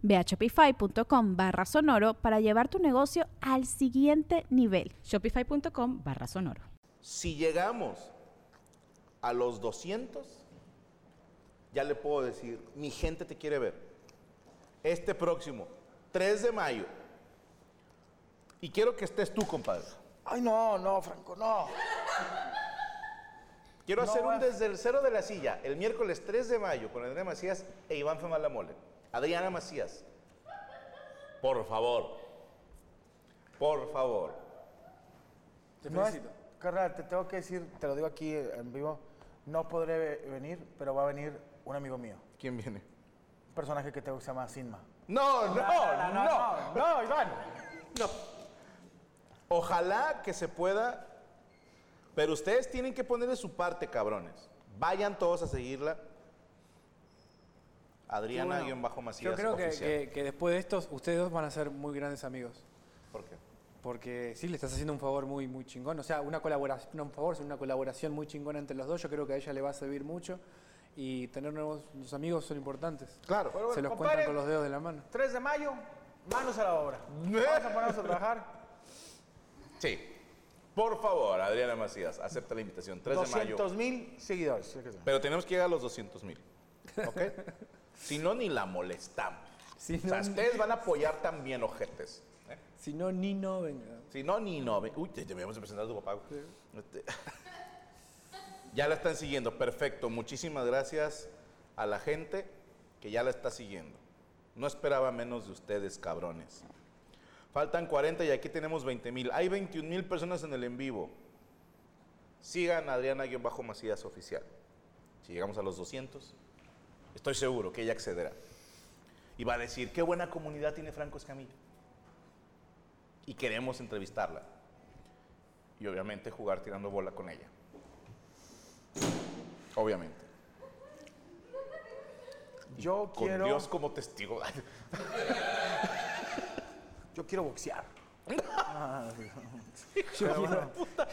Ve a shopify.com barra sonoro para llevar tu negocio al siguiente nivel. Shopify.com barra sonoro. Si llegamos a los 200, ya le puedo decir, mi gente te quiere ver. Este próximo, 3 de mayo. Y quiero que estés tú, compadre. Ay, no, no, Franco, no. Quiero No, hacer un bueno. desde el cero de la silla, el miércoles 3 de mayo, con Andrea Macías e Iván Femala Mole. Adriana Macías. Por favor. Por favor. Te felicito. carnal, te tengo que decir, te lo digo aquí eh, en vivo, no podré ve- venir, pero va a venir un amigo mío. ¿Quién viene? Un personaje que tengo que se llama Sinma. No, no, no, no, no, no, Iván. Ojalá que se pueda, pero ustedes tienen que poner de su parte, cabrones. Vayan todos a seguirla. Adriana Bueno, guión bajo Macías. Yo creo que, oficial. que- que después de estos, ustedes dos van a ser muy grandes amigos. ¿Por qué? Porque sí, le estás haciendo un favor muy, muy chingón. O sea, una colaboración, no un favor, sino una colaboración muy chingona entre los dos. Yo creo que a ella le va a servir mucho. Y tener nuevos los amigos son importantes. Claro. Bueno, Se los compadre. cuentan con los dedos de la mano. 3 de mayo, manos a la obra. Vamos a ponernos a trabajar. Sí. Por favor, Adriana Macías, acepta la invitación. 3 de mayo. 200 mil seguidores. Yo qué sé. Pero tenemos que llegar a los 200 mil. ¿Ok? si no, ni la molestamos. Si o sea, no- ustedes van a apoyar también, ojetes. ¿eh? Si no, ni no venga. Si no, ni no. Uy, te debemos de presentar a tu papá. güey. Este- Ya la están siguiendo, perfecto. Muchísimas gracias a la gente que ya la está siguiendo. No esperaba menos de ustedes, cabrones. Faltan 40 y aquí tenemos 20 mil. Hay 21 mil personas en el en vivo. Sigan a Adriana-Macías Oficial. Si llegamos a los 200, estoy seguro que ella accederá. Y va a decir, qué buena comunidad tiene Franco Escamilla y queremos entrevistarla. Y obviamente jugar tirando bola con ella. Obviamente. Yo Con quiero, Dios como testigo. yo quiero boxear. Ah, Pero bueno,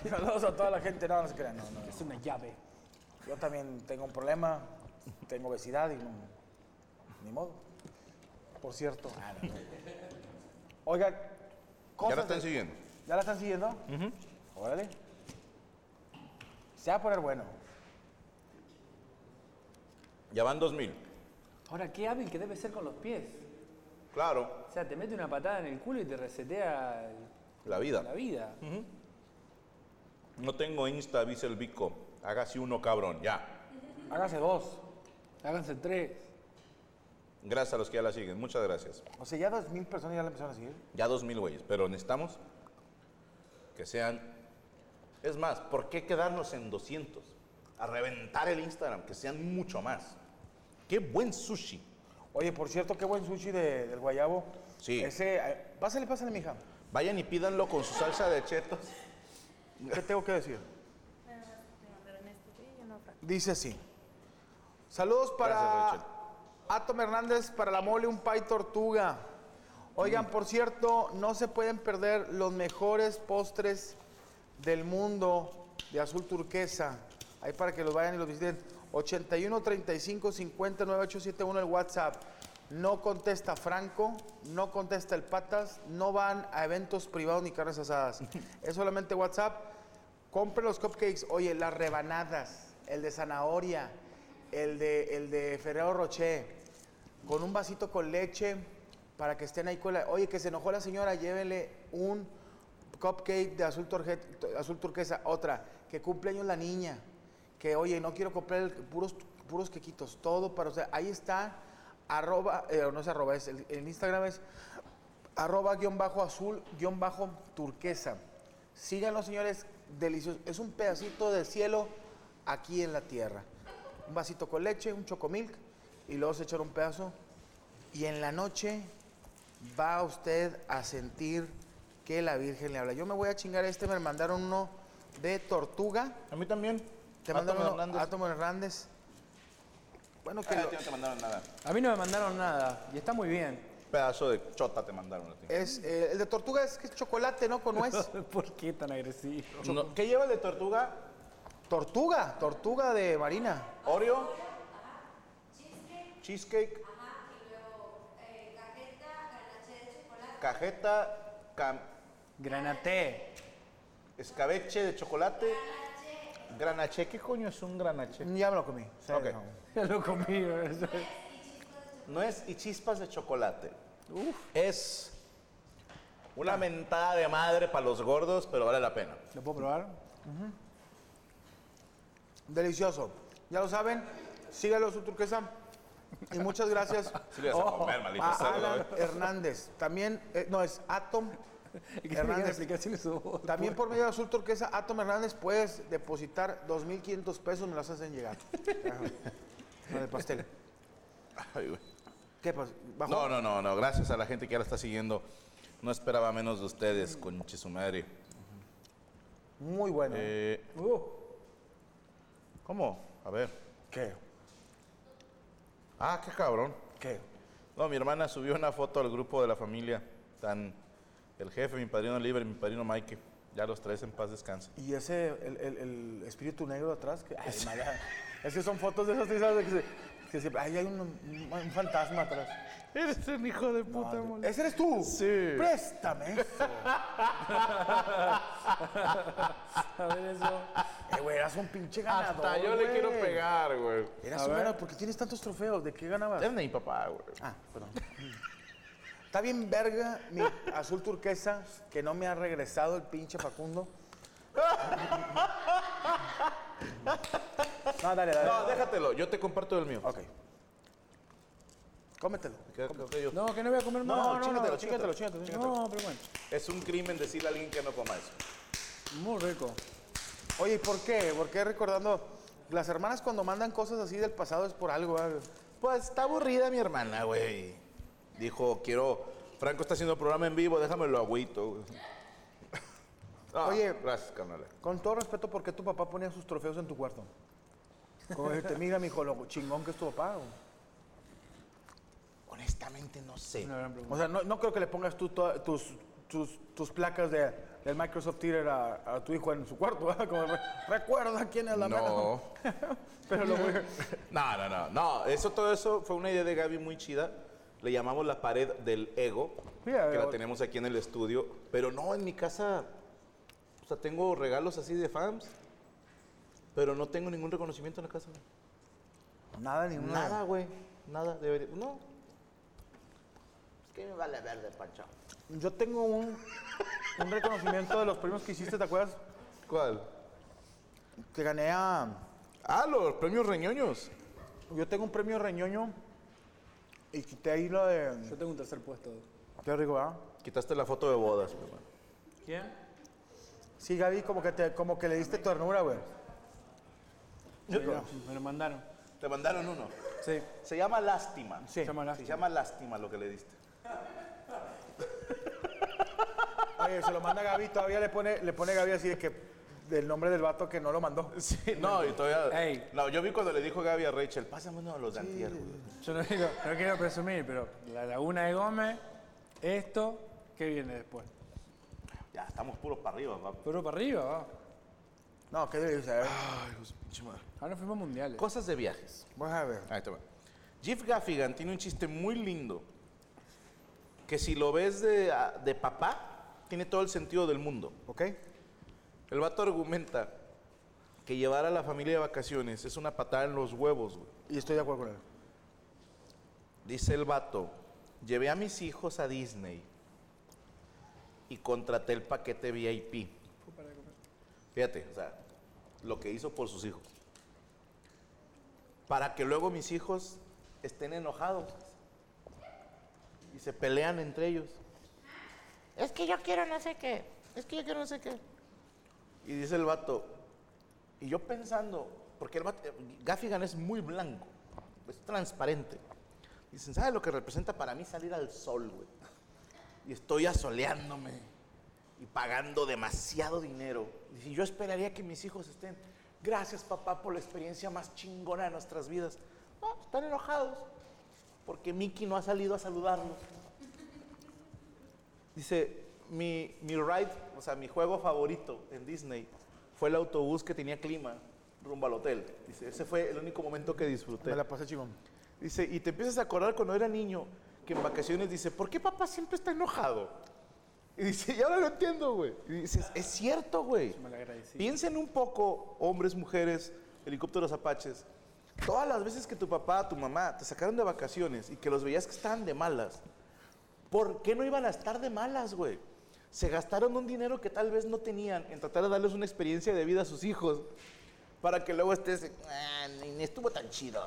Saludos a toda la gente. No, no se crean. No, no, no. Es una llave. Yo también tengo un problema, tengo obesidad y no, ni modo. Por cierto. Oiga, Ah, ya cosas la están de- siguiendo. ¿Ya la están siguiendo? Órale. Se va a poner bueno. Ya van 2000. Ahora, qué hábil que debe ser con los pies. Claro, O sea, te mete una patada en el culo y te resetea el- la vida. la vida. No tengo Insta, dice el Vico. Hágase uno, cabrón, ya. Hágase dos. Háganse tres. Gracias a los que ya la siguen. Muchas gracias. O sea, ya dos mil personas ya la empezaron a seguir. Ya 2000 güeyes. Pero necesitamos que sean. Es más, ¿por qué quedarnos en 200? A reventar el Instagram, que sean mucho más. Qué buen sushi. Oye, por cierto, qué buen sushi de- del guayabo. Sí. Ese, eh, pásale, pásale, mija. Vayan y pídanlo con su salsa de chetos. ¿Qué tengo que decir? Dice así. Saludos para Gracias, Rachel. Atom Hernández, para la mole, un pay tortuga. Oigan, por cierto, no se pueden perder los mejores postres del mundo de azul turquesa. Ahí para que los vayan y los visiten. 81 35 50 9871 el WhatsApp. No contesta Franco, no contesta el Patas, no van a eventos privados ni carnes asadas. es solamente WhatsApp. Compre los cupcakes. Oye, las rebanadas, el de zanahoria, el de, el de Ferrero Rocher, con un vasito con leche para que estén ahí con la. Oye, que se enojó la señora, llévenle un cupcake de azul, torje- to- azul turquesa, otra, que cumpleaños la niña, que oye, no quiero comprar el- puros, puros quequitos, todo para, o sea, ahí está, arroba, eh, no es arroba, es el, el Instagram es arroba guión bajo azul guión bajo turquesa. Síganlo, señores, delicioso. Es un pedacito del cielo aquí en la tierra. Un vasito con leche, un chocomilk, y luego se echan un pedazo. Y en la noche va usted a sentir que la Virgen le habla. Yo me voy a chingar este, me mandaron uno de tortuga. A mí también. Te Átomo mandaron uno, Hernández. Átomo Hernández. Bueno, que Ah, lo- a ti no te mandaron nada. A mí no me mandaron nada y está muy bien. Pedazo de chota te mandaron a ti. es, eh, el de tortuga es que es chocolate, ¿no? Con nuez. ¿Por qué tan agresivo? No, ¿Qué lleva el de tortuga? tortuga, tortuga de Marina. Oreo. Cheesecake. Cajeta, cam- Granaté. escabeche de chocolate. Granache, ¿qué coño es un granache? Ya me lo comí. se me Ok. dejó. Ya lo comí. eso. Nuez y chispas de chocolate. Es una mentada de madre para los gordos, pero vale la pena. ¿Lo puedo probar? Delicioso. Ya lo saben, sígalo su turquesa. Y muchas gracias Sí le vas a comer, maldito a cerdo, Alan ¿eh? Hernández. También, eh, no, es Atom ¿Qué Hernández. explicaciones hubo? También por medio de Azul Turquesa, Atom Hernández, puedes depositar 2.500 pesos, me las hacen llegar. Ajá. Lo del pastel. Ay, güey. ¿Qué pasó? ¿Bajó? No, no, no, no. Gracias a la gente que ahora está siguiendo. No esperaba menos de ustedes, conche su madre. Muy bueno. Eh, Uh, ¿Cómo? A ver. ¿Qué? Ah, qué cabrón. ¿Qué? No, mi hermana subió una foto al grupo de la familia. Están el jefe, mi padrino Libre, mi padrino Mike. Ya los tres en paz descansen. ¿Y ese, el, el- el espíritu negro atrás? Que, ay, madre, es que son fotos de esas tizas de que, se- que siempre, ay, hay un, un- un fantasma atrás. Eres un hijo de puta, ¿Ese eres tú? Sí. Préstame eso. a ver eso. Eh, güey, eras un pinche ganador, Hasta yo le güey. quiero pegar, güey. Eras un ganador. ¿Por qué tienes tantos trofeos? ¿De qué ganabas? Es de mi papá, güey. Ah, perdón. Está bien verga mi azul turquesa que no me ha regresado el pinche Facundo. No, dale, dale. No, déjatelo. Yo te comparto el mío. Ok. Cómetelo. Que- que yo- No, que no voy a comer No, más. no, chingatelo, chingatelo, chingatelo, No, pero bueno. Es un crimen decirle a alguien que no coma eso. Muy rico. Oye, ¿y por qué? ¿Por qué recordando? Las hermanas cuando mandan cosas así del pasado es por algo. ¿eh? Pues está aburrida mi hermana, güey. Dijo, quiero. Franco está haciendo programa en vivo, déjamelo agüito. güey. Ah, Oye. Gracias, carnal. Con todo respeto, ¿por qué tu papá ponía sus trofeos en tu cuarto? Como decirte, mira, mijo, lo chingón que es tu papá. güey. Honestamente, no sé. Una gran pregunta. O sea, no, no creo que le pongas tú toda- tus, tus, tus placas de, del Microsoft Theater a, a tu hijo en su cuarto, ¿verdad? Como, recuerda quién es la mano. No. Pero lo voy No, no, no. No, eso, todo eso fue una idea de Gaby muy chida. Le llamamos la pared del ego, Mira, que la o- tenemos aquí en el estudio. Pero no, en mi casa, o sea, tengo regalos así de fans, pero no tengo ningún reconocimiento en la casa. güey. Nada, ni una. Nada, güey. Nada, debería. No. Es que me vale verde, Pancho. Yo tengo un, un reconocimiento de los premios que hiciste, ¿te acuerdas? ¿Cuál? Que gané a... Ah, los premios reñoños. Yo tengo un premio reñoño y quité ahí lo de... Yo tengo un tercer puesto. Qué rico, ¿verdad? Quitaste la foto de bodas, mi hermano. ¿Quién? Sí, Gaby, como que, te, como que le diste ternura, güey. Mira, me lo mandaron. Te mandaron uno. Sí. Se llama lástima. Sí. Se llama Se lástima. llama lástima lo que le diste. Oye, se lo manda Gaby, todavía le pone, le pone Gaby así de que... Del nombre del vato que no lo mandó. Sí, no, y todavía. Ey. No, yo vi cuando le dijo Gaby a Rachel, pásame uno de los de antier, güey". Yo no, digo, no quiero presumir, pero la laguna de Gómez, esto, ¿qué viene después? Ya, estamos puros para arriba, papá. Pero para arriba, va. No, ¿qué ¿eh? debe ser? Ay, Dios, pinche madre. Ahora Ah, fuimos mundiales. Cosas de viajes. Vamos a ver. Ahí te va. Jeff Gaffigan tiene un chiste muy lindo. Que si lo ves de, ah, de papá, tiene todo el sentido del mundo. ¿Ok? El vato argumenta que llevar a la familia de vacaciones es una patada en los huevos, güey. Y estoy de acuerdo con él. Dice el vato, llevé a mis hijos a Disney. y contraté el paquete VIP. Fíjate, o sea, lo que hizo por sus hijos. Para que luego mis hijos estén enojados y se pelean entre ellos. Es que yo quiero no sé qué, es que yo quiero no sé qué. Y dice el vato, y yo pensando, porque el vato, Gaffigan es muy blanco, es transparente. Dicen, ¿sabes lo que representa para mí salir al sol, güey? Y estoy asoleándome y pagando demasiado dinero. Y si yo esperaría que mis hijos estén, gracias papá por la experiencia más chingona de nuestras vidas. No, están enojados porque Mickey no ha salido a saludarnos. Dice, mi, mi ride, o sea, mi juego favorito en Disney fue el autobús que tenía clima rumbo al hotel. Dice, ese fue el único momento que disfruté. Me la pasé chingón. Dice, y te empiezas a acordar cuando era niño, que en vacaciones dice, ¿por qué papá siempre está enojado? Y dice, y ahora lo entiendo, güey. Y dices, es cierto, güey. malagradecido. Piensen un poco, hombres, mujeres, helicópteros apaches. Todas las veces que tu papá, tu mamá te sacaron de vacaciones y que los veías que estaban de malas, ¿por qué no iban a estar de malas, güey? Se gastaron un dinero que tal vez no tenían en tratar de darles una experiencia de vida a sus hijos para que luego estés, "Ah, ni ni estuvo tan chido.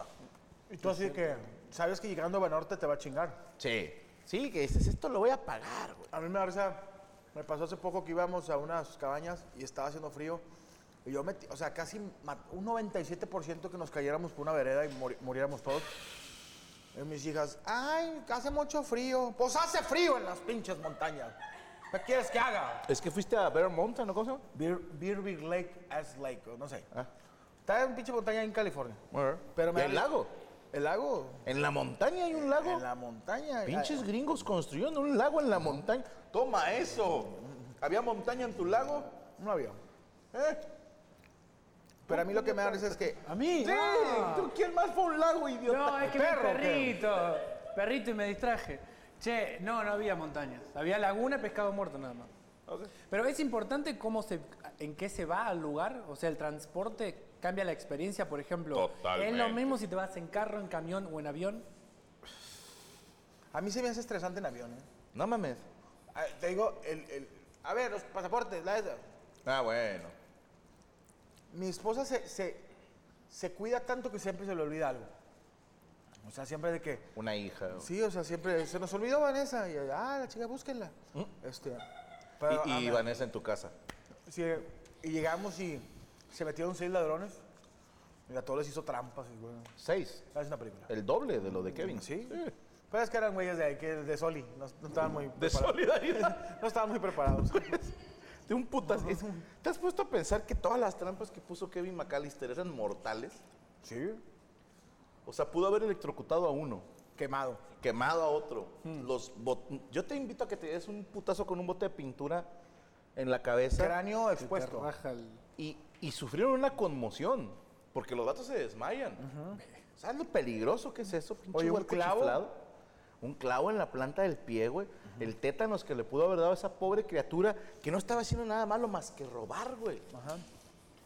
Y tú así de que, sabes que llegando a Banorte te va a chingar. Sí. Sí, que dices, esto lo voy a pagar, güey. A mí me da risa, me pasó hace poco que íbamos a unas cabañas y estaba haciendo frío. Y yo metí, o sea, casi ma- un 97% que nos cayéramos por una vereda y mori- muriéramos todos. Y mis hijas, ay, hace mucho frío. Pues hace frío en las pinches montañas. ¿Qué quieres que haga? Es que fuiste a Bear Mountain, ¿no? ¿Cómo se llama? Beer, Beer Big Lake, Ass Lake, o no sé. Ah. Está en pinche montaña en California. Pero me da el risa- lago. El lago. En la montaña hay un lago. En la montaña. Pinches gringos construyendo un lago en la montaña. Toma eso. ¿Había montaña en tu lago? No había. ¿Eh? Pero a mí lo que me da risa es que ¿A mí? Sí. ¿Tú quién más fue a un lago, idiota? No, es que vi un Perro, perrito. Perrito y me distraje. Che, no, no había montañas. Había laguna y pescado muerto nada más. Ok. Pero es importante cómo se, en qué se va al lugar, o sea, el transporte cambia la experiencia, por ejemplo. ¿Es lo Totalmente. mismo si te vas en carro, en camión o en avión? a mí se me hace estresante en avión. ¿eh? No mames. Ah, Te digo, el, el- a ver, los pasaportes, la esa. Ah, bueno. Mi esposa se, se, se cuida tanto que siempre se le olvida algo. O sea, siempre de que, Una hija. sí, o sea, siempre se nos olvidó Vanessa. Y, ah, la chica, búsquenla. Este, pero, ¿Mm? Y, y ah, Vanessa en tu casa. Sí, y llegamos y se metieron seis ladrones. Y a todos les hizo trampas. Y, bueno, Seis. es una película. El doble de lo de Kevin. Sí. Pero es que eran güeyes de, ahí, que de Soli. No, no estaban muy De preparados. solidaridad. No estaban muy preparados. De un putas. es- ¿Te has puesto a pensar que todas las trampas que puso Kevin McAllister eran mortales? Sí. O sea, pudo haber electrocutado a uno, Quemado. Hmm. quemado a otro. Los bot- Yo te invito a que te des un putazo con un bote de pintura en la cabeza Cráneo expuesto. Raja el- y, y sufrieron una conmoción, porque los gatos se desmayan. ¿Sabes lo peligroso que es eso, pinche Oye, un huerco clavo. chiflado? Un clavo en la planta del pie, güey. El tétanos que le pudo haber dado a esa pobre criatura que no estaba haciendo nada malo más que robar, güey. Ajá.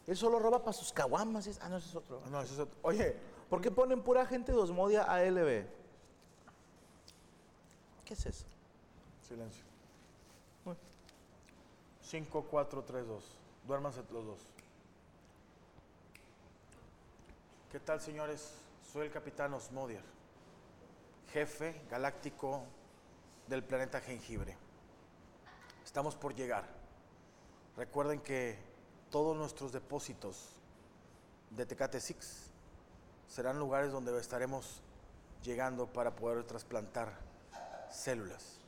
Él solo roba para sus caguamas. es- Ah, no, ese es otro. No, eso es otro. Oye, ¿Por qué ponen pura gente de Osmodia ALB? ¿Qué es eso? silencio. 5, 4, 3, 2. Duérmanse los dos. ¿Qué tal, señores? Soy el capitán Osmodier, jefe galáctico del planeta Jengibre. Estamos por llegar. Recuerden que todos nuestros depósitos de Tecate Six serán lugares donde estaremos llegando para poder trasplantar células.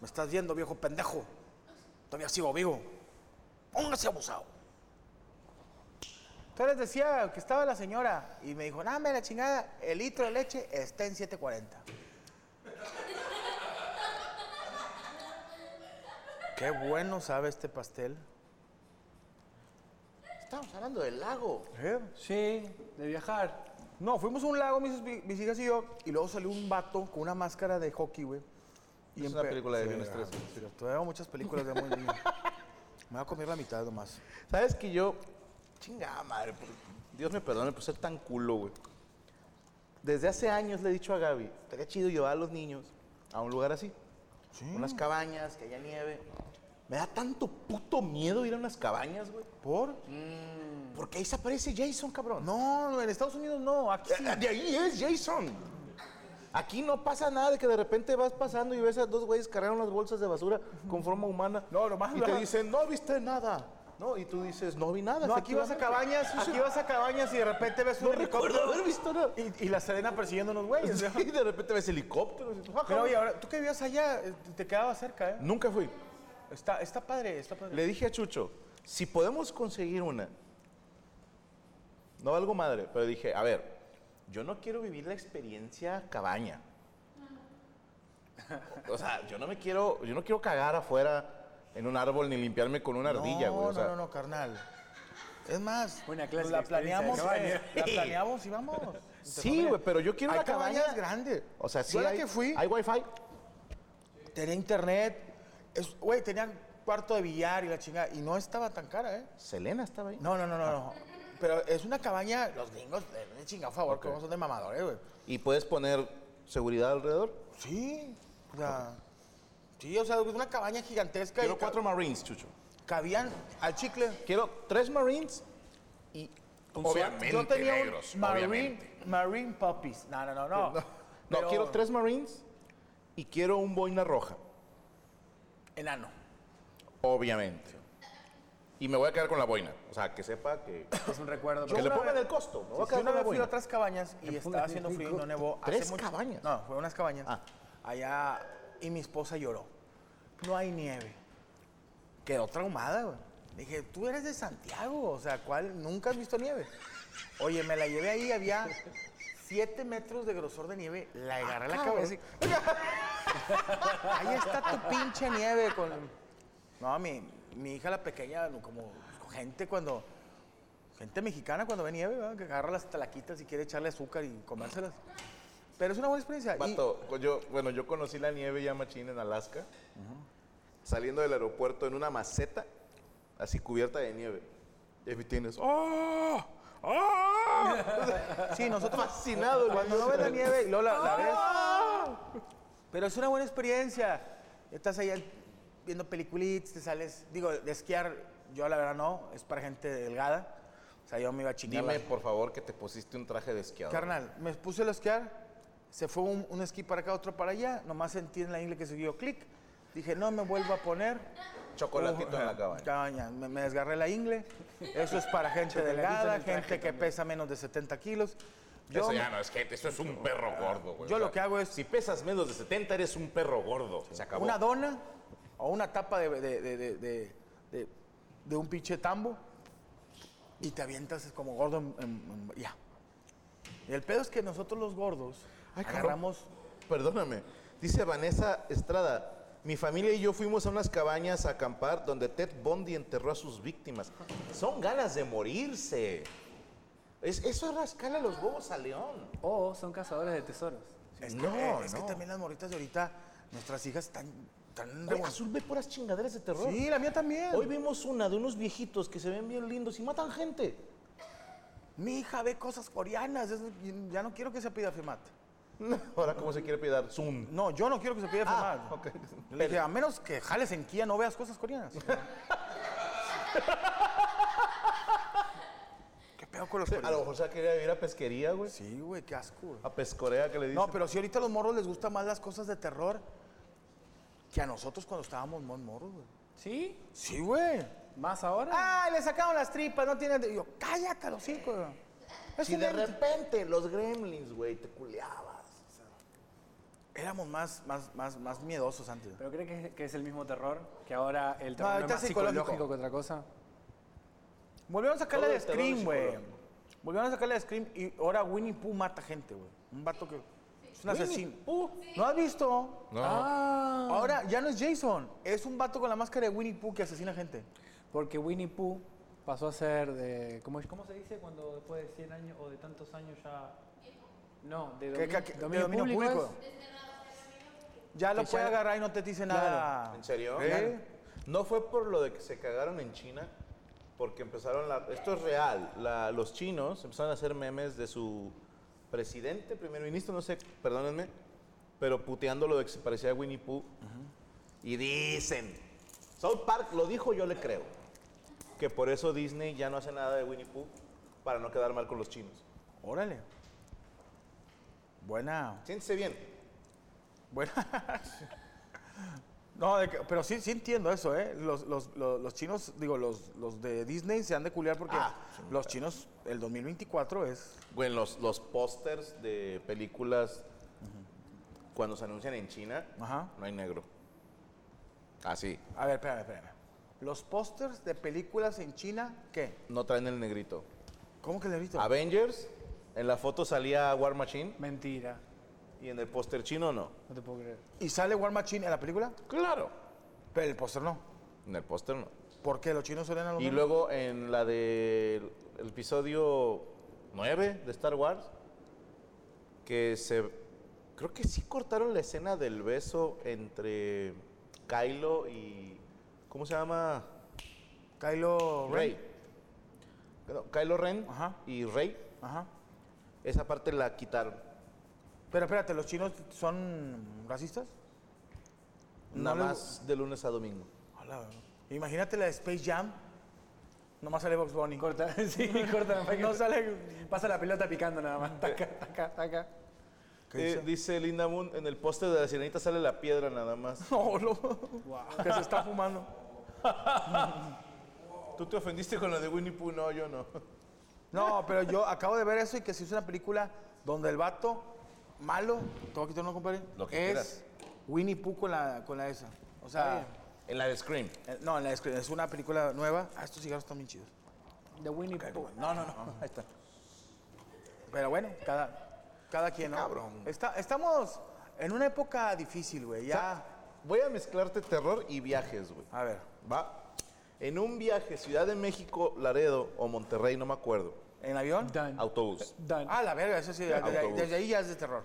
¿Me estás viendo, viejo pendejo? Todavía sigo vivo. Póngase abusado. Tú les decía que estaba la señora y me dijo, no, me la chingada, el litro de leche está en 740. Qué bueno sabe este pastel. Estamos hablando del lago. Sí, de viajar. No, fuimos a un lago, mis, mis hijas y yo, y luego salió un vato con una máscara de hockey, güey. Y Es una empe- película de aviones ah, 13. sí, Todavía veo muchas películas de muy niño. Me voy a comer la mitad nomás. ¿Sabes que yo... Chingada madre. por- Dios me perdone por ser tan culo, güey. Desde hace años le he dicho a Gaby, estaría chido llevar a los niños a un lugar así. Unas cabañas, que haya nieve. Me da tanto puto miedo ir a unas cabañas, güey. ¿Por? Porque ahí se aparece Jason, cabrón. No, en Estados Unidos no. Aquí sí. Eh, De ahí es Jason. Aquí no pasa nada de que de repente vas pasando y ves a dos güeyes cargaron las bolsas de basura con forma humana. No, nomás Y no. te dicen, no viste nada. No, y tú dices, no vi nada. No, aquí vas a efectivamente". cabañas, aquí vas a cabañas y de repente ves un No recuerdo haber visto nada. y, y la serena persiguiendo a unos güeyes. ¿no? Y de repente ves helicópteros. y tú, "Ah, Pero cabrón". oye, ahora, tú que vivías allá, eh, te quedabas cerca, ¿eh? Nunca fui. Está, está padre, está padre. Le dije a Chucho, si podemos conseguir una, no valgo madre, pero dije, a ver, yo no quiero vivir la experiencia cabaña. O sea, yo no me quiero, yo no quiero cagar afuera en un árbol ni limpiarme con una ardilla, güey. No, o sea, no, no, carnal. Es más, Una clásica la experiencia de planeamos, eh, la planeamos y vamos. Sí, güey, pero yo quiero Hay una cabaña cabañas grandes. O sea, sí. Yo la hay, que fui, ¿Hay wifi? tenía internet, es- güey, tenía cuarto de billar y la chingada, y no estaba tan cara, ¿eh? Selena estaba ahí. No, no, no, no, no. Pero es una cabaña, los gringos, eh, de chingado favor, que no son de mamadores, güey. ¿Y puedes poner seguridad alrededor? Sí, o sea, sí, o sea, es una cabaña gigantesca. Quiero ca- cuatro Marines, Chucho. Cabían al chicle. Quiero tres Marines y... Obviamente, Yo tenía un Marine, Marine Puppies. No, no, no, no. No, Pero- quiero tres Marines y quiero un boina roja, Enano. obviamente. Y me voy a quedar con la boina. O sea, que sepa que. Es un recuerdo. que le una pongan vez- el costo. Me voy Yo a quedar una con la vez fui boina. a tres cabañas y estaba haciendo frío y no nevó. hace ¿Tres mucho- cabañas? No, fue unas cabañas. Ah. Allá, y mi esposa lloró. No hay nieve. Quedó traumada, güey. Dije, tú eres de Santiago, o sea, ¿cuál? Nunca has visto nieve. Oye, me la llevé ahí, había siete metros de grosor de nieve. La agarré la Ah, cabrón. cabeza y... Ahí está tu pinche nieve con... No, mi, mi hija la pequeña, como gente cuando... Gente mexicana cuando ve nieve, ¿verdad? que agarra las talaquitas y quiere echarle azúcar y comérselas. Pero es una buena experiencia. y- Vato, co- yo, bueno, yo conocí la nieve ya machín en Alaska, saliendo del aeropuerto en una maceta, así cubierta de nieve. Y ahí tienes, ¡oh! ¡oh! ¡Ah! sí, nosotros Fascinado, Cuando no ves la nieve y luego la, la ves. Pero es una buena experiencia. Estás ahí viendo peliculitas, te sales. Digo, de esquiar, yo la verdad no, es para gente delgada. O sea, yo me iba a chingar. Dime, la- por favor, que te pusiste un traje de esquiador. Carnal, me puse a esquiar, se fue un, un esquí para acá, otro para allá, nomás sentí en la ingle que siguió clic. Dije, no me vuelvo a poner. Chocolatito en la cabaña. Me, me desgarré la ingle. Eso es para gente Chocolatito en delgada, el traje gente que también. pesa menos de 70 kilos. Yo Eso me- ya no es gente, eso es un perro gordo, güey. yo O sea, lo que hago es- Si pesas menos de 70, eres un perro gordo. Se acabó. una dona o una tapa de, de- de- de- de- de- de un pinche tambo y te avientas como gordo en- en- en- ya. Y el pedo es que nosotros los gordos Ay, cabrón. agarramos... Perdóname. Dice Vanessa Estrada. Mi familia y yo fuimos a unas cabañas a acampar donde Ted Bundy enterró a sus víctimas. Son ganas de morirse. Es, eso es rascarle los huevos a León. O son cazadores de tesoros. Es No, que, eh, es que no. también las moritas de ahorita, nuestras hijas están tan... Güey, Azul ve puras chingaderas de terror. Sí, la mía también. Hoy vimos una de unos viejitos que se ven bien lindos y matan gente. Mi hija ve cosas coreanas, es- ya no quiero que se pida FEMAT. Ahora, ¿cómo se quiere pedar? Zoom. No, yo no quiero que se pida Ah, FEMAT. ok. Yo le dije, a menos que jales en Kia no veas cosas coreanas. ¿Qué pedo con los A lo coreanos? mejor se quería ir a pesquería, güey. Sí, güey, qué asco. güey. A pescorea que le dicen. No, pero si ahorita a los morros les gustan más las cosas de terror que a nosotros cuando estábamos más morros, güey. ¿Sí? Sí, güey. ¿Más ahora? Ay, le sacaron las tripas, no tienen... Y yo, cállate, los cinco, güey. Es si un de ente". repente los gremlins, güey, te culeabas. Éramos más, más, más, más miedosos antes. ¿Pero crees que, es- que es el mismo terror? ¿Que ahora el terror ahorita es más es psicológico. psicológico. que otra cosa? Volvieron a sacar la Todo de el terror Scream, güey. psicológico. Volvieron a sacar la de Scream y ahora Winnie Pooh mata gente, güey. Un vato que es un Winnie asesino. Pooh. ¿No has visto? No. Ah. Ahora ya no es Jason, es un vato con la máscara de Winnie Pooh que asesina gente. Porque Winnie Pooh pasó a ser de. ¿Cómo, es- cómo se dice cuando después de 100 años o de tantos años ya.? No, de Que- dominio, que- que- de dominio dominio público. público. es- Ya lo Que puede ya- agarrar y no te dice nada. ¿En serio? ¿Eh? No fue por lo de que se cagaron en China, porque empezaron la. Esto es real. la- los chinos empezaron a hacer memes de su presidente, primer ministro, no sé, perdónenme, pero puteando lo de que se parecía a Winnie Pooh. Y dicen, South Park lo dijo, yo le creo, que por eso Disney ya no hace nada de Winnie Pooh para no quedar mal con los chinos. Órale. Buena. Siéntese bien. Buena. No, de que- pero sí, sí entiendo eso, ¿eh? Los, los- los- los chinos, digo, los, los de Disney se han de culiar porque Ah, los chinos, el 2024 es... Bueno, los, los pósters de películas cuando se anuncian en China, Ajá. no hay negro. Así, A ver, espérame, espérame. Los pósters de películas en China, ¿qué? no traen el negrito. ¿Cómo que le grito? Avengers, en la foto salía War Machine Mentira, y en el póster chino no. no te puedo creer. ¿Y sale War Machine en la película? Claro. Pero el póster no. En el póster no. ¿Por qué? ¿Los chinos suelen a los Y luego en la del episodio 9 de Star Wars, que se... Creo que sí cortaron la escena del beso entre Kylo y... ¿Cómo se llama? Kylo Ren. Rey. No, Kylo Ren Ajá. y Rey. Ajá. Esa parte la quitaron. Pero espérate, ¿los chinos son racistas? No Nada les- más de lunes a domingo. Hola, bro. Imagínate la de Space Jam. Nomás sale Box Bunny. Corta, sí, corta. No sale. Eh. Pasa la pelota picando nada más. Taca, taca, taca. ¿Qué Eh, dice? dice Linda Moon, en el póster de la sirenita sale la piedra nada más. No, no. Que se está fumando. Tú te ofendiste con la de Winnie Pooh, no, yo no. No, pero yo acabo de ver eso y que se hizo una película donde el vato malo, todo quitar no compadre, Lo que es Winnie Pooh con la, con la esa. O sea, En la de Scream. eh, no, la, es- es una película nueva. Ah, estos cigarros están bien chidos. De Winnie Pooh. No, no, no, ahí está. Pero bueno, cada, cada quien, ¿no? Cabrón. Está, estamos en una época difícil, güey. Ya. Voy a mezclarte terror y viajes, güey. A ver, Va. En un viaje, Ciudad de México, Laredo o Monterrey, no me acuerdo. ¿en avión? Dan. Autobús. Dan. Ah, la verga, eso sí, desde, ahí- Autobús. desde ahí ya es de terror.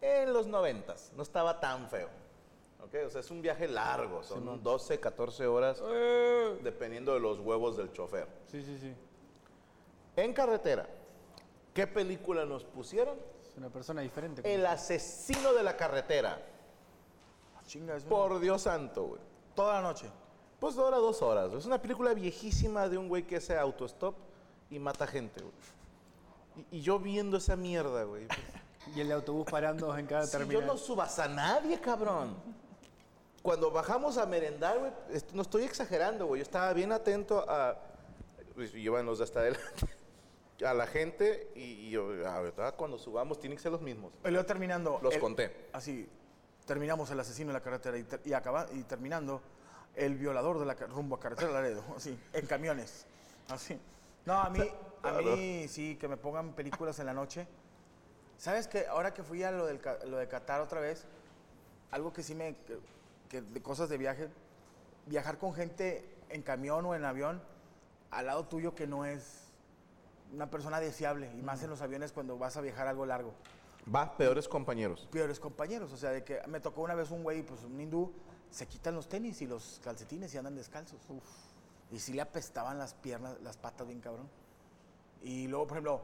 En los noventas, no estaba tan feo. ¿Ok? O sea, es un viaje largo, son 12, 14 horas, dependiendo de los huevos del chofer. Sí, sí, sí. En carretera, ¿qué película nos pusieron? Es una persona diferente. El asesino de la carretera. Ah, Chinga, es Por Dios santo, güey. toda la noche. Pues dura dos horas. güey. Es una película viejísima de un güey que hace autostop y mata gente, güey. Y, y yo viendo esa mierda, güey. pues, Y el autobús parando en cada si yo terminal. no subas a nadie, cabrón. Cuando bajamos a merendar, güey, est- no estoy exagerando, güey. Yo estaba bien atento a. pues, Llevan los de hasta adelante. A la gente y, y yo, la verdad, cuando subamos, tienen que ser los mismos. Y luego terminando. Los el- conté. Así, terminamos el asesino en la carretera y, ter- y, acaba- y terminando el violador de la ca- rumbo a carretera Laredo, así, en camiones. Así. No, a mí, a mí sí, que me pongan películas en la noche. ¿Sabes que Ahora que fui a lo, del, ca- lo de Qatar otra vez, algo que sí me. que- que de cosas de viaje, viajar con gente en camión o en avión al lado tuyo que no es una persona deseable, y más en los aviones cuando vas a viajar algo largo Va, peores compañeros. peores compañeros. O sea, de que me tocó una vez un güey, pues un hindú, se quitan los tenis y los calcetines y andan descalzos. Y sí le apestaban las piernas, las patas bien cabrón. Y luego, por ejemplo,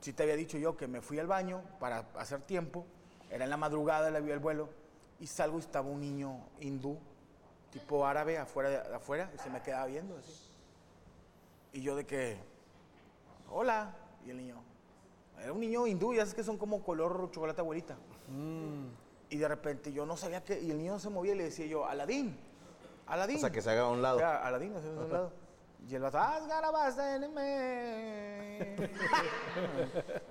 si te había dicho yo que me fui al baño para hacer tiempo, era en la madrugada, le vio el vuelo, y salgo y estaba un niño hindú, tipo árabe, afuera, de- afuera y se me quedaba viendo así. Y yo de que, hola, y el niño, era un niño hindú, ya sabes que son como color chocolate abuelita. Mm. Y de repente yo no sabía que, y el niño se movía y le decía yo, Aladín, Aladín. O sea, que se haga a un lado. O sea, Aladín, así, de un lado. Y el vato, haz garabas eneme".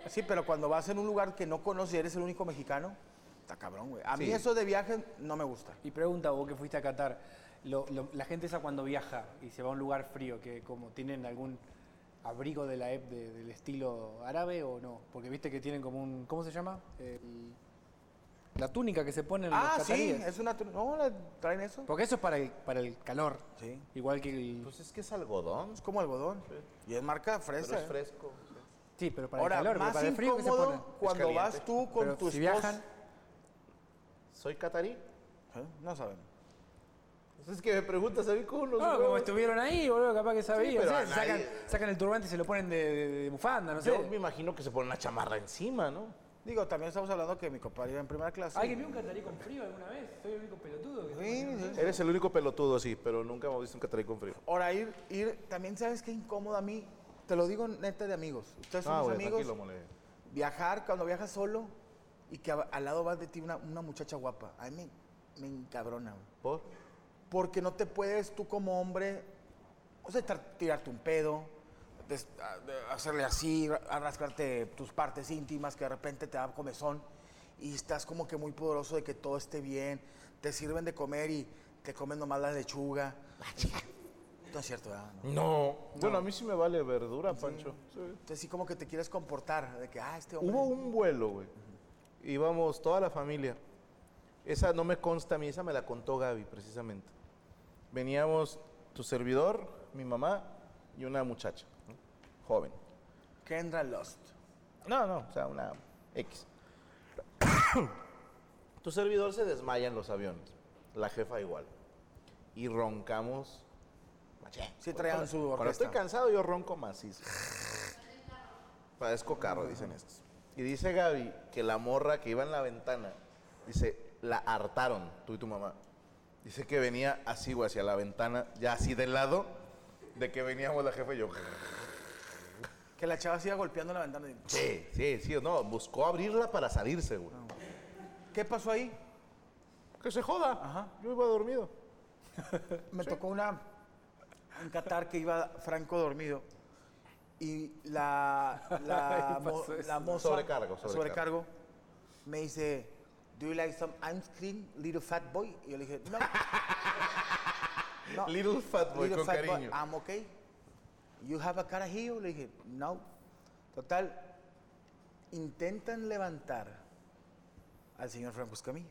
Sí, pero cuando vas en un lugar que no conoces y eres el único mexicano, está cabrón, güey. A mí Sí. eso de viaje no me gusta. Y pregunta vos que fuiste a Qatar, lo- lo- la gente esa cuando viaja y se va a un lugar frío, que como tienen algún abrigo de la EP de- del estilo árabe o no, porque viste que tienen como un, ¿cómo se llama? El- la túnica que se ponen los Ah, sí, cataríes. es una... tru- No, la- traen eso. Porque eso es para el, para el calor, Sí. igual que el... Pues es que es algodón, Es como algodón. Y es marca fresa. pero es ¿eh? fresco. sí, pero para Ahora, el calor, pero más para el frío que se pone. incómodo cuando Es caliente. vas tú con Pero tus si viajan, ¿eh? Soy catarí. Pues No saben. Es que me preguntas a mí cómo los no, Ah, como huevos. estuvieron ahí, boludo, capaz que sabían. pero o sea, a se sacan, nadie- sacan el turbante y se lo ponen de, de- de bufanda, no sé. Yo me imagino que se pone una chamarra encima, ¿no? Digo, también estamos hablando que mi compadre iba en primera clase. ¿Alguien vio un catarí con frío alguna vez? Soy el único pelotudo. Que Sí, sí. Eres el único pelotudo, sí, pero nunca hemos visto un catarí con frío. Ahora, ir, ir, también sabes qué incómodo a mí. Te lo digo neta de amigos. Ustedes son No, mis Ah, güey, amigos. tranquilo, mole. Viajar, cuando viajas solo y que a- al lado va de ti una, una muchacha guapa. A mí me, me encabrona, güey. ¿Por? Porque no te puedes tú como hombre, o sea, tar- tirarte un pedo, des- a- de- hacerle así, ra- a rascarte tus partes íntimas que de repente te da comezón y estás como que muy poderoso de que todo esté bien, te sirven de comer y te comen nomás la lechuga. No es cierto, ¿verdad? No. No. Bueno, a mí sí me vale verdura, Pancho. Sí. Entonces sí como que te quieres comportar, de que, ah, este hombre... Hubo un vuelo, güey. Íbamos toda la familia. Esa no me consta a mí, esa me la contó Gaby, precisamente. Veníamos tu servidor, mi mamá y una muchacha, ¿no? joven. Kendra Lost. No, no, o sea, una X. tu servidor se desmaya en los aviones. La jefa igual. Y roncamos. machín. Sí traían su Cuando orquesta. estoy cansado, yo ronco macizo. Padezco carro, dicen estos. Y dice Gaby que la morra que iba en la ventana, dice, la hartaron, tú y tu mamá. Dice que venía así, güey, hacia la ventana, ya así del lado, de que veníamos la jefa y yo. Que la chava siga golpeando la ventana. y- Sí, sí, sí, no, buscó abrirla para salirse, güey. ¿Qué pasó ahí? Que se joda. Yo iba dormido. Me tocó una en Qatar que iba Franco dormido y la la, Ay, mo- pasó eso. la moza Sobrecargo, sobrecargo. sobrecargo, me dice Do you like some ice cream, little fat boy? Y yo le dije no. no. Little fat boy, con fat boy, cariño. I'm okay. You have a carajillo? Le dije no. Total, intentan levantar al señor Franco Escamilla.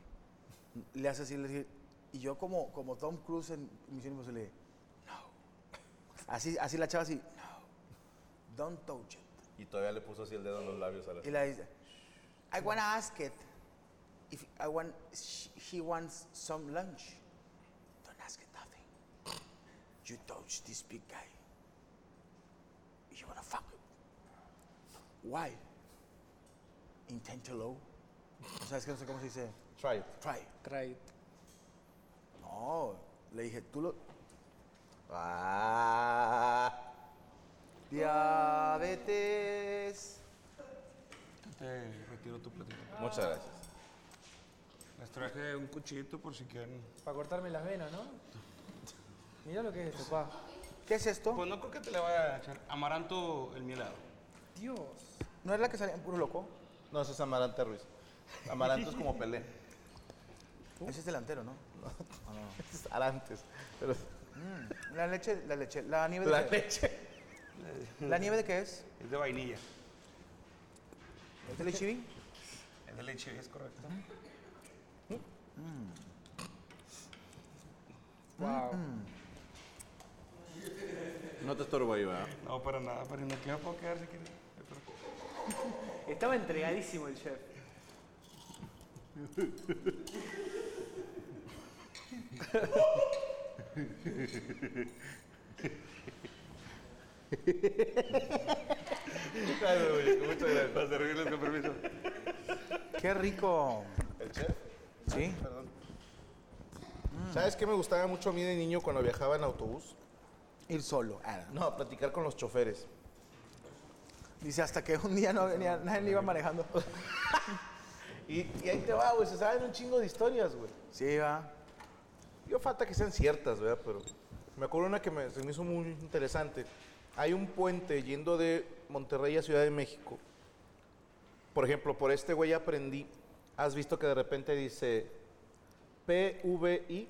Le hace así, le dice, y yo como, como Tom Cruise en Misión Imposible, no. Así, así la chava así, no, don't touch it. Y todavía le puso así el dedo en los labios a la Y la dice, I wanna ask it if I want, sh- he wants some lunch. Don't ask it nothing. You touch this big guy. You wanna fuck him. Why? Intent to low. O sea, es que no sé cómo se dice. Try it. Try. Trae. No, le dije, tú lo. Ah. Diabetes. Te retiro tu platito. Muchas gracias. Les traje un cuchillito por si quieren. Para cortarme las venas, ¿no? Mirá lo que es esto, pa. ¿Qué es esto? Pues no creo que te le vaya a echar amaranto el mielado. Dios. ¿No es la que salía en puro loco? No, eso es Amarante Ruiz. Amaranto es como Pelé. Ese es delantero, ¿no? Es Arantes. Pero La leche, la leche, la nieve de la qué? leche. ¿La nieve de qué es? Es de vainilla. ¿Es de leche Es de leche, es correcto. Wow. No te estorbo ahí, va. No, para nada, pero no me puedo quedar si quieren. Estaba entregadísimo el chef. Muchas gracias. Para servirles con permiso. ¡Qué rico! ¿El chef? ¿Sí? ¿Sabes qué me gustaba mucho a mí de niño cuando viajaba en autobús? Ir solo. Ah, no. No, platicar con los choferes. Dice, hasta que un día no venía, nadie le iba manejando. Y, y ahí te va, güey. Se saben un chingo de historias, güey. Sí, va. Yo falta que sean ciertas, ¿verdad? Pero me acuerdo una que me- se me hizo muy interesante. Hay un puente yendo de Monterrey a Ciudad de México. Por ejemplo, por este güey aprendí. Has visto que de repente dice PVI.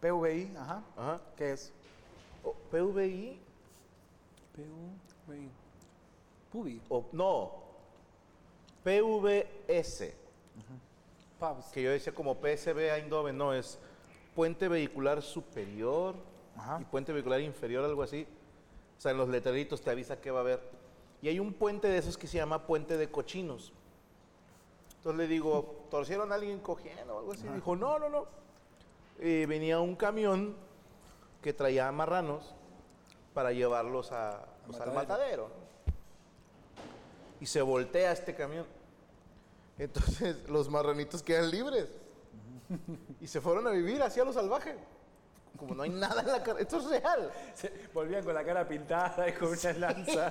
PVI, ajá. Ajá. ¿Qué es? o PVI PU, güey. Pubi. o no. PVS. Pubs. Que yo decía como PSB a Indove, no, es puente vehicular superior Ajá. y puente vehicular inferior, algo así. O sea, en los letreritos te avisa qué va a haber. Y hay un puente de esos que se llama puente de cochinos. Entonces le digo, ¿torcieron a alguien cogiendo o algo así? Dijo, no, no, no. Eh, venía un camión que traía marranos para llevarlos a, pues, al matadero. ¿no? Y se voltea este camión. Entonces los marranitos quedan libres. Y se fueron a vivir así a lo salvaje. Como no hay nada en la cara. Esto es real. Se- volvían con la cara pintada y con una lanza.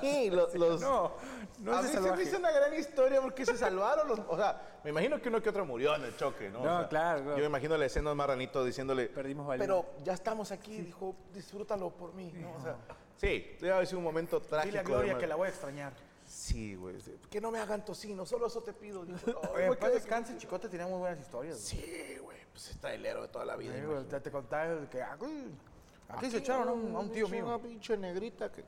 Sí, lo- los- No, no a es mí de se me salvaje. hizo una gran historia porque se salvaron los. O sea, me imagino que uno que otro murió en el choque, ¿no? O No, sea, claro, claro. Yo me imagino la escena del marranito diciéndole. Perdimos valor. Pero ya estamos aquí, dijo, disfrútalo por mí, ¿no? O sea, sí, debe haber sido un momento trágico. Dile a de Gloria mar- que la voy a extrañar. Sí, güey. sí. Que no me hagan tocino, solo eso te pido. Dijo, "Ay, Oye, güey, en paz qué- descanse, Chicote tenía muy buenas historias. güey. Sí, güey, pues es trailero de toda la vida. Sí, imagínate. güey, te, te contaba el que ah, güey, aquí se echaron a un, a un tío mío. Una pinche negrita que.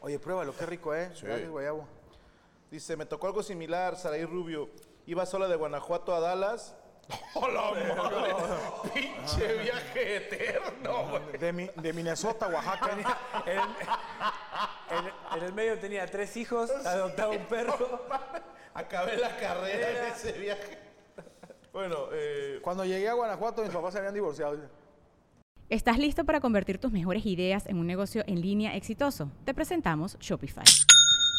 Oye, pruébalo, qué rico, ¿eh? Sí. Gracias, guayabo. Dice, me tocó algo similar, Saraí Rubio. Iba sola de Guanajuato a Dallas. ¡Hola, madre! ¡Pinche viaje eterno, güey! De, mi- de Minnesota, Oaxaca. En, en- en el medio tenía tres hijos, adoptaba un perro. Acabé la carrera en ese viaje. Bueno, eh, Cuando llegué a Guanajuato, mis papás se habían divorciado. dice. ¿Estás listo para convertir tus mejores ideas en un negocio en línea exitoso? Te presentamos Shopify.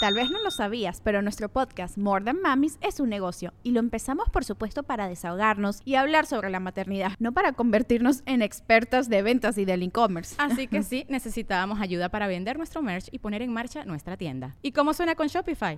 Tal vez no lo sabías, pero nuestro podcast More Than Mamis es un negocio y lo empezamos por supuesto para desahogarnos y hablar sobre la maternidad, no para convertirnos en expertas de ventas y del e-commerce. Ah, Así que sí, necesitábamos ayuda para vender nuestro merch y poner en marcha nuestra tienda. ¿Y cómo suena con Shopify?